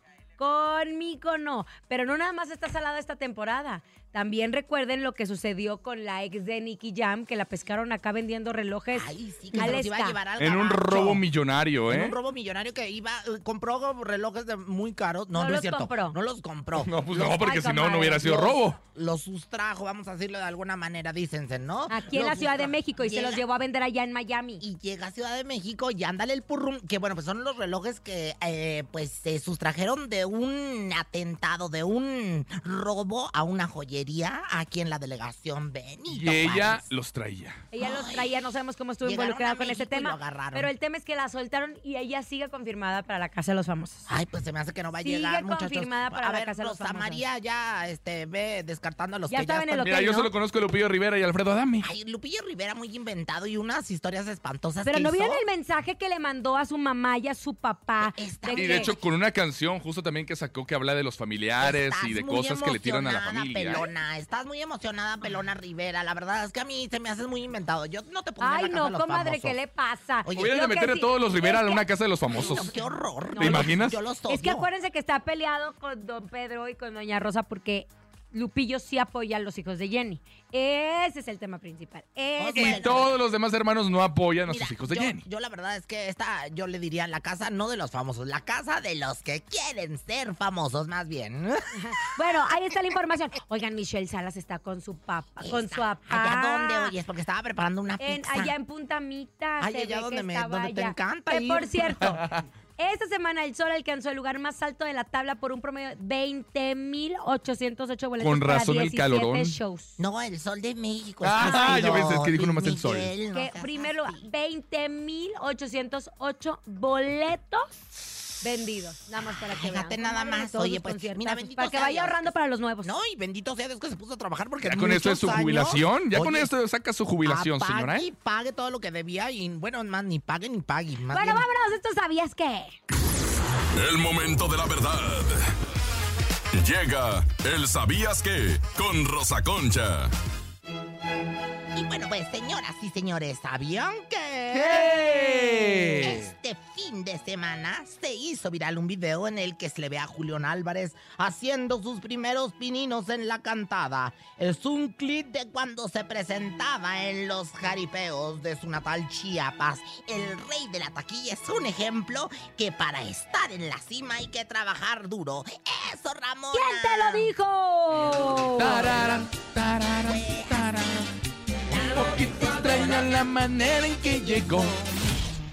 Speaker 2: Conmigo no. Pero no nada más está salada esta temporada. También recuerden lo que sucedió con la ex de Nicky Jam, que la pescaron acá vendiendo relojes.
Speaker 3: Ay, sí, que se los iba a
Speaker 2: Alesca.
Speaker 3: llevar al
Speaker 4: En un
Speaker 3: gabacho.
Speaker 4: robo millonario,
Speaker 3: En
Speaker 4: ¿eh?
Speaker 3: un robo millonario que iba, eh, compró relojes de muy caros. No,
Speaker 2: No
Speaker 3: no,
Speaker 2: los
Speaker 3: es cierto.
Speaker 2: compró.
Speaker 3: No los compró.
Speaker 4: [LAUGHS] No, pues
Speaker 3: Los-
Speaker 4: no, porque
Speaker 2: Ay,
Speaker 4: si no,
Speaker 2: comadre,
Speaker 4: no hubiera sido
Speaker 3: los-
Speaker 4: robo.
Speaker 3: Los sustrajo, vamos a decirlo de alguna manera, dícense, ¿no?
Speaker 2: Aquí en
Speaker 3: Los
Speaker 2: la Ciudad de
Speaker 3: sustrajo.
Speaker 2: México y se los
Speaker 3: Llega-
Speaker 2: llevó a vender allá en Miami.
Speaker 3: y llega a Ciudad de México y ándale el purrum, que bueno, pues son los relojes que eh, pues se sustrajeron de un atentado, de un robo a una joyería aquí en la delegación Benito
Speaker 4: Y ella
Speaker 3: Juárez.
Speaker 4: los traía.
Speaker 2: Ella los traía, no sabemos cómo estuvo
Speaker 3: Llegaron
Speaker 2: involucrada
Speaker 3: a
Speaker 2: con este
Speaker 3: México y
Speaker 2: tema.
Speaker 3: lo agarraron.
Speaker 2: Pero el tema es que la soltaron y ella sigue confirmada para la Casa de los Famosos.
Speaker 3: Ay, pues se me hace que no va a
Speaker 2: Sigue
Speaker 3: llegar, muchachos.
Speaker 2: confirmada para
Speaker 3: a
Speaker 2: la
Speaker 3: ver,
Speaker 2: Casa de los
Speaker 3: Rosa
Speaker 2: Famosos.
Speaker 3: María ya este, ve descartando a los
Speaker 2: Ya
Speaker 3: que ya
Speaker 2: estaba en el
Speaker 3: están
Speaker 2: hotel,
Speaker 4: Mira, yo
Speaker 2: ¿no?
Speaker 4: solo conozco a Lupillo Rivera y Alfredo Adame.
Speaker 3: Ay, Lupillo Rivera muy inventado y unas historias espantosas.
Speaker 2: Pero
Speaker 3: que
Speaker 2: no
Speaker 3: hizo.
Speaker 2: vieron el mensaje que le mandó a su mamá y a su papá.
Speaker 3: E-, Está
Speaker 4: Y de
Speaker 2: que-
Speaker 4: hecho, con una canción justo también que sacó que habla de los familiares
Speaker 3: Estás
Speaker 4: y de
Speaker 3: muy
Speaker 4: cosas que le tiran a la
Speaker 3: emocionada,
Speaker 4: familia. ¿eh?
Speaker 3: Pelona, estás muy emocionada, Pelona Rivera. La verdad es que a mí se me haces muy inventado. Yo no te pondría
Speaker 2: Ay,
Speaker 3: en la casa
Speaker 2: no,
Speaker 3: de los
Speaker 2: comadre,
Speaker 3: famosos.
Speaker 2: ¿qué le pasa?
Speaker 3: Oye,
Speaker 4: Hubieran
Speaker 2: Lo
Speaker 4: de
Speaker 2: que
Speaker 4: meter a
Speaker 2: sí-
Speaker 4: todos los Rivera
Speaker 2: es
Speaker 4: en
Speaker 2: que-
Speaker 4: una casa de los
Speaker 3: No,
Speaker 4: famosos.
Speaker 3: qué horror.
Speaker 4: ¿Te
Speaker 3: No, yo-
Speaker 4: imaginas?
Speaker 3: Yo los
Speaker 2: Es que
Speaker 3: odio.
Speaker 2: acuérdense que está peleado con don Pedro y con doña Rosa porque Lupillo sí apoya a los hijos de Jenny. Ese es el tema principal. Ese
Speaker 3: sea,
Speaker 2: es
Speaker 4: Y
Speaker 2: el-
Speaker 4: todos los demás hermanos no apoyan a
Speaker 3: Mira,
Speaker 4: sus hijos de
Speaker 3: yo,
Speaker 4: Jenny.
Speaker 3: yo la verdad es que esta, yo le diría la casa no de los famosos, la casa de los que quieren ser famosos, más bien.
Speaker 2: Bueno, ahí está la información. Oigan, Michelle Salas está con su papá, con su papá.
Speaker 3: ¿Allá dónde oyes? Porque estaba preparando una
Speaker 2: En-
Speaker 3: pizza.
Speaker 2: allá en Punta Mita.
Speaker 3: Ay,
Speaker 2: se
Speaker 3: allá
Speaker 2: ve
Speaker 3: donde
Speaker 2: que
Speaker 3: me-
Speaker 2: estaba
Speaker 3: donde te
Speaker 2: allá.
Speaker 3: encanta
Speaker 2: Que, por
Speaker 3: ir. [LAUGHS]
Speaker 2: cierto, esta semana el Sol alcanzó el lugar más alto de la tabla por un promedio de 20.808 boletos
Speaker 4: Con
Speaker 2: para
Speaker 4: razón el
Speaker 2: 17
Speaker 4: calorón.
Speaker 2: shows.
Speaker 3: No, el sol de México.
Speaker 4: Ah,
Speaker 3: estúpido.
Speaker 4: yo pensé, es que dijo
Speaker 3: Luis
Speaker 4: nomás el sol.
Speaker 3: Miguel, no
Speaker 2: Que
Speaker 3: seas
Speaker 2: primer lugar,
Speaker 3: así.
Speaker 2: 20.808 boletos vendidos. Nada más para que vean.
Speaker 3: Fíjate nada
Speaker 2: Comadre,
Speaker 3: más.
Speaker 2: todos
Speaker 3: Oye,
Speaker 2: los
Speaker 3: pues,
Speaker 2: conciertazos,
Speaker 3: mira, bendito
Speaker 2: Para que
Speaker 3: sea
Speaker 2: vaya
Speaker 3: Dios.
Speaker 2: ahorrando para los nuevos.
Speaker 3: pues, No, y bendito sea Dios que se puso a trabajar porque
Speaker 4: Ya con esto es
Speaker 3: muchos
Speaker 4: su
Speaker 3: años-
Speaker 4: jubilación. Ya con
Speaker 3: Oye,
Speaker 4: esto saca su jubilación,
Speaker 3: apague
Speaker 4: señora.
Speaker 3: Y
Speaker 4: ¿eh?
Speaker 3: pague todo lo que debía y, bueno, más ni pague ni pague. más
Speaker 2: Bueno,
Speaker 3: bien-
Speaker 2: vámonos, esto sabías que.
Speaker 1: El momento de la verdad. Llega el sabías que con Rosa Concha.
Speaker 3: Y bueno, pues, señoras y señores, ¿sabían que...? Este fin de semana se hizo viral un video en el que se le ve a Julián Álvarez haciendo sus primeros pininos en la cantada. Es un clip de cuando se presentaba en los jaripeos de su natal Chiapas. El rey de la taquilla es un ejemplo que para estar en la cima hay que trabajar duro. ¡Eso, Ramón!
Speaker 2: ¿Quién te lo dijo?
Speaker 4: Tararán, tararán, tararán. Porque te extraña la manera en que llegó.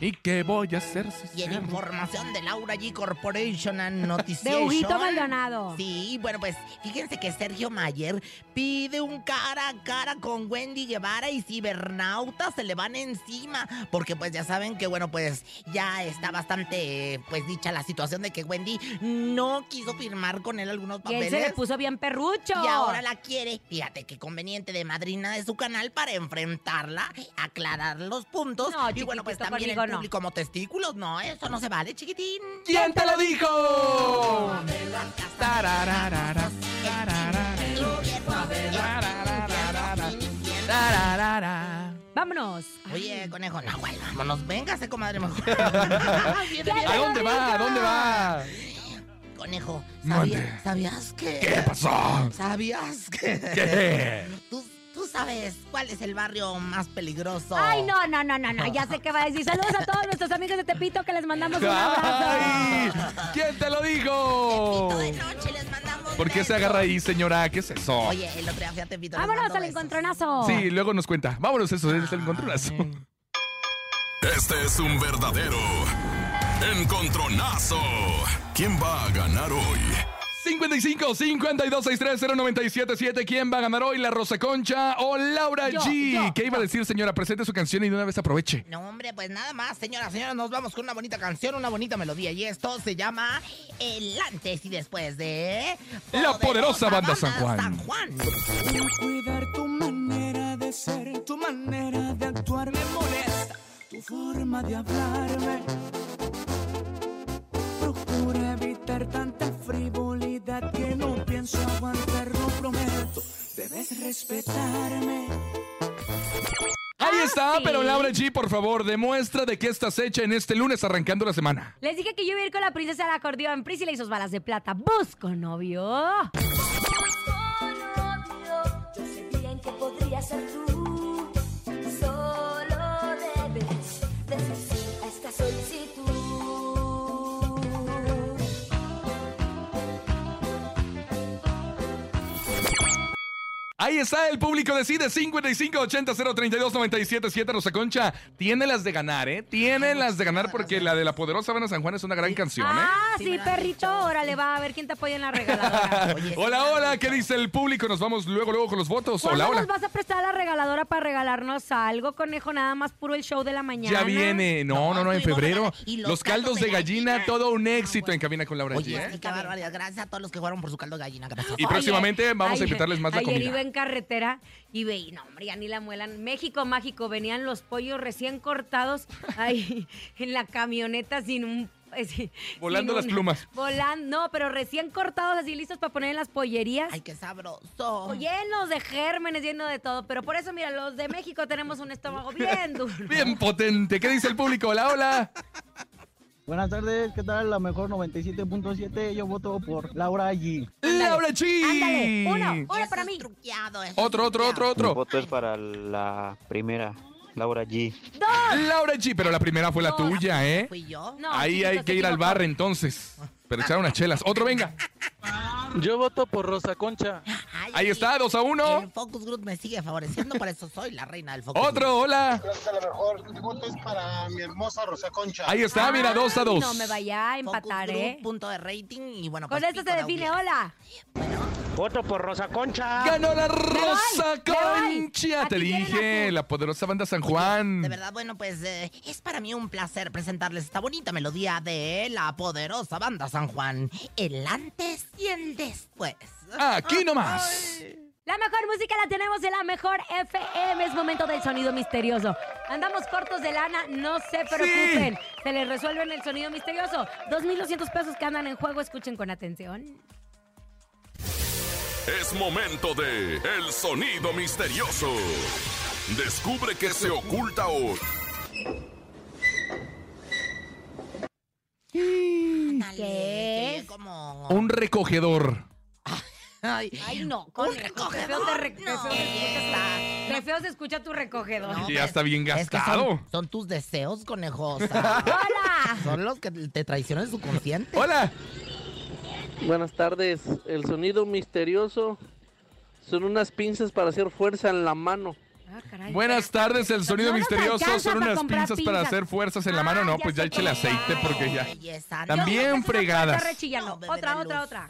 Speaker 4: ¿Y qué voy a hacer si
Speaker 3: Y en
Speaker 4: se-
Speaker 3: información de Laura G Corporation
Speaker 2: [LAUGHS]
Speaker 3: and
Speaker 2: De
Speaker 3: Noticia.
Speaker 2: Huguito Maldonado.
Speaker 3: Sí, bueno, pues fíjense que Sergio Mayer pide un cara a cara con Wendy Guevara y cibernautas se le van encima. Porque pues ya saben que, bueno, pues ya está bastante eh, pues dicha la situación de que Wendy no quiso firmar con él algunos
Speaker 2: Y él
Speaker 3: papeles.
Speaker 2: se le puso bien perrucho.
Speaker 3: Y ahora la quiere. Fíjate qué conveniente de madrina de su canal para enfrentarla, aclarar los puntos.
Speaker 2: No,
Speaker 3: y bueno, pues
Speaker 2: chiquitito,
Speaker 3: también
Speaker 2: conmigo
Speaker 3: el
Speaker 2: no.
Speaker 3: público como testículos. No, eso no se vale, chiquitín.
Speaker 4: ¿Quién te lo dijo? Tarararara, tarararara.
Speaker 2: Vámonos.
Speaker 3: Oye, conejo, no, güey, vámonos. Véngase, comadre, mejor. Viene,
Speaker 2: Ya
Speaker 3: viene.
Speaker 4: ¿A dónde va? ¿A dónde va? [LAUGHS]
Speaker 3: conejo,
Speaker 4: Mande.
Speaker 3: ¿sabías, ¿sabías que...?
Speaker 4: ¿Qué pasó?
Speaker 3: ¿Sabías que...?
Speaker 4: ¿Qué?
Speaker 3: ¿Tú, tú sabes cuál es el barrio más peligroso.
Speaker 2: Ay, no, no, no, no, no. Ya sé qué va a decir. Saludos a todos nuestros amigos de Tepito que les mandamos un abrazo.
Speaker 4: Ay, [LAUGHS] ¿Quién te lo
Speaker 3: Pito
Speaker 4: dijo?
Speaker 3: de noche les mandamos
Speaker 4: ¿Por qué se agarra ahí, señora? ¿Qué es eso?
Speaker 3: Oye, el otro día fíjate, Vito. les
Speaker 2: Vámonos
Speaker 3: mando
Speaker 2: al encontronazo.
Speaker 4: Sí, luego nos cuenta. Vámonos, eso es el encontronazo.
Speaker 1: Este es un verdadero encontronazo. ¿Quién va a ganar hoy?
Speaker 4: 55 52 63 0977 ¿Quién va a ganar hoy? ¿La Rosa Concha o Laura
Speaker 3: Yo,
Speaker 4: G?
Speaker 3: yo,
Speaker 4: ¿Qué iba a decir, señora? Presente su canción y de una vez aproveche.
Speaker 3: No, hombre, pues nada más, señoras, señores, nos vamos con una bonita canción, una bonita melodía. Y esto se llama El antes y después de.
Speaker 4: La poderosa banda San Juan.
Speaker 13: Cuidar tu manera de ser, tu manera de actuar me molesta, tu forma de hablarme. Procura evitar tanta frivolidad que no pienso aguantar, lo prometo. Debes respetarme.
Speaker 4: Ahí está,
Speaker 2: sí.
Speaker 4: pero Laura G, por favor, demuestra de qué estás hecha en este lunes arrancando la semana.
Speaker 2: Les dije que yo iba a ir con la princesa del acordeón, Priscila y sus balas de plata. Busco novio.
Speaker 11: Yo sé bien que podría ser tú. Solo debes decir sí a esta solicitud.
Speaker 4: Ahí está, el público decide 55 80 032 977 Rosa Concha. Tiene las de ganar, ¿eh? Tiene las de ganar porque la de la poderosa Banda San Juan es una gran canción, ¿eh?
Speaker 2: Ah, sí, perrito. Órale, va a ver quién te apoya en la regaladora.
Speaker 4: [LAUGHS] Hola, hola, ¿qué dice el público? Nos vamos luego, luego con los votos.
Speaker 2: ¿Cuándo
Speaker 4: Hola, hola.
Speaker 2: nos vas a prestar la regaladora para regalarnos algo, conejo? Nada más puro el show de la mañana.
Speaker 4: Ya viene, no, no, no, en febrero.
Speaker 3: y
Speaker 4: Los, caldos de gallina, todo un éxito en Cabina con Laura G.
Speaker 3: Oye,
Speaker 4: ¿eh?
Speaker 3: sí, qué barbaridad. Gracias a todos los que jugaron por su caldo de gallina. gracias.
Speaker 4: Y próximamente vamos a invitarles más la
Speaker 2: Ayer
Speaker 4: comida.
Speaker 2: iba en carretera y veí, no, hombre, ya ni la muelan. México mágico, venían los pollos recién
Speaker 4: [LAUGHS]
Speaker 2: cortados ahí en la camioneta sin un. eh, sin-
Speaker 4: Volando
Speaker 2: sin
Speaker 4: las plumas.
Speaker 2: Volando, no, pero recién cortados así listos para poner en las pollerías.
Speaker 3: Ay, qué sabroso.
Speaker 2: Llenos de gérmenes, llenos de todo. Pero por eso, mira, los de México tenemos un estómago
Speaker 4: [LAUGHS]
Speaker 2: bien duro.
Speaker 4: Bien potente. ¿Qué dice el público? Hola, hola.
Speaker 14: [LAUGHS] Buenas tardes, ¿qué tal? La mejor 97.7, yo voto por Laura G.
Speaker 4: Laura G.
Speaker 2: Ándale, uno, uno para mí.
Speaker 4: Otro, otro, otro, otro.
Speaker 15: Mi voto es para la primera, Laura G.
Speaker 4: Laura G, pero la primera fue la tuya, ¿eh?
Speaker 3: ¿Fui yo?
Speaker 4: Ahí hay que ir al bar entonces. Pero echar unas chelas. Otro, venga.
Speaker 15: Yo voto por Rosa Concha.
Speaker 4: Ahí está, dos a uno.
Speaker 3: El Focus Group me sigue favoreciendo, por eso soy la reina del Focus
Speaker 4: Otro, hola.
Speaker 9: Gracias a lo mejor. Mi voto es para mi hermosa Rosa Concha.
Speaker 4: Ahí está, mira, dos a dos.
Speaker 2: No me vaya a empatar,
Speaker 3: Group,
Speaker 2: ¿eh?
Speaker 3: punto de rating y bueno, pues
Speaker 2: Con esto se define, hola.
Speaker 15: Voto por Rosa Concha.
Speaker 4: Ganó la
Speaker 3: Rosa
Speaker 4: Concha. Te dije, la poderosa banda San Juan.
Speaker 3: De verdad, bueno, pues eh, es para mí un placer presentarles esta bonita melodía de la poderosa banda San Juan. El antes y el después.
Speaker 4: Aquí nomás.
Speaker 2: La mejor música la tenemos en la mejor FM. Es momento del sonido misterioso. Andamos cortos de lana, no se preocupen. Se les resuelven el sonido misterioso. 2.200 pesos que andan en juego, escuchen con atención.
Speaker 1: Es momento de El sonido misterioso. Descubre qué se oculta hoy.
Speaker 2: Mm,
Speaker 3: ¿Qué es? Como...
Speaker 4: Un recogedor.
Speaker 3: Ay,
Speaker 2: no, con qué feo te re- qué feo se escucha tu- qué feo se escucha tu recogedor.
Speaker 4: Y ya está bien
Speaker 3: Pues, Es que
Speaker 4: gastado.
Speaker 3: son, son tus deseos, conejos.
Speaker 4: [LAUGHS]
Speaker 3: ¡Hola! Son los que te traicionan en su consciente.
Speaker 4: ¡Hola!
Speaker 16: Buenas tardes. El sonido misterioso son unas pinzas para hacer fuerza en la mano.
Speaker 2: Ah,
Speaker 4: Buenas tardes, el sonido
Speaker 16: No nos
Speaker 4: misterioso.
Speaker 16: alcanza
Speaker 4: Son
Speaker 16: para
Speaker 4: unas
Speaker 16: comprar
Speaker 4: pinzas, para
Speaker 16: pinzas.
Speaker 4: hacer fuerzas en la mano. No, pues ya eche el aceite porque ya. También fregadas. Oh.
Speaker 2: Está rechillando. Otra, otra, otra.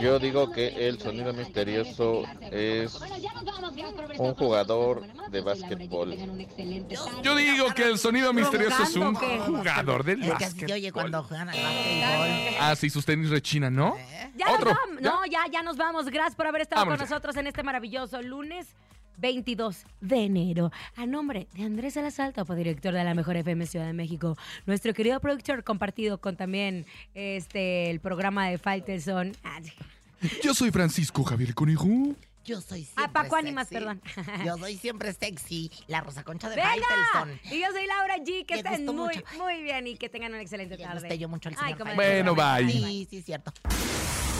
Speaker 17: Yo digo que el sonido misterioso es un jugador de básquetbol.
Speaker 4: Yo digo que el sonido misterioso es un
Speaker 3: ¿Provocando qué?
Speaker 4: jugador del
Speaker 3: Es que así
Speaker 4: básquet.
Speaker 3: te oye cuando juegan al básquetbol.
Speaker 4: Ah, sí, sus tenis rechinan, ¿no?
Speaker 2: Ya
Speaker 4: ¿Otro?
Speaker 2: nos vamos. No, ya, ya nos vamos. Gracias por haber estado
Speaker 4: Vámonos
Speaker 2: con
Speaker 4: ya.
Speaker 2: nosotros en este maravilloso lunes 22 de enero. A nombre de Andrés Alasalta, director de la Mejor FM Ciudad de México, nuestro querido productor compartido con también este el programa de Faitelson. Ah, sí.
Speaker 4: Yo soy Francisco Javier Conejo.
Speaker 3: Yo soy siempre
Speaker 2: Ah, Paco Ánimas,
Speaker 3: sexy.
Speaker 2: perdón.
Speaker 3: Yo soy siempre sexy, la rosa concha de
Speaker 2: ¡Venga!
Speaker 3: Faitelson.
Speaker 2: Y yo soy Laura G. Que
Speaker 3: Me
Speaker 2: estén
Speaker 3: gustó
Speaker 2: muy,
Speaker 3: mucho.
Speaker 2: muy bien y que tengan una excelente tarde.
Speaker 3: gusté yo mucho al
Speaker 2: Ay,
Speaker 3: señor
Speaker 2: comadre.
Speaker 4: Bueno, bye.
Speaker 3: Sí, sí, cierto.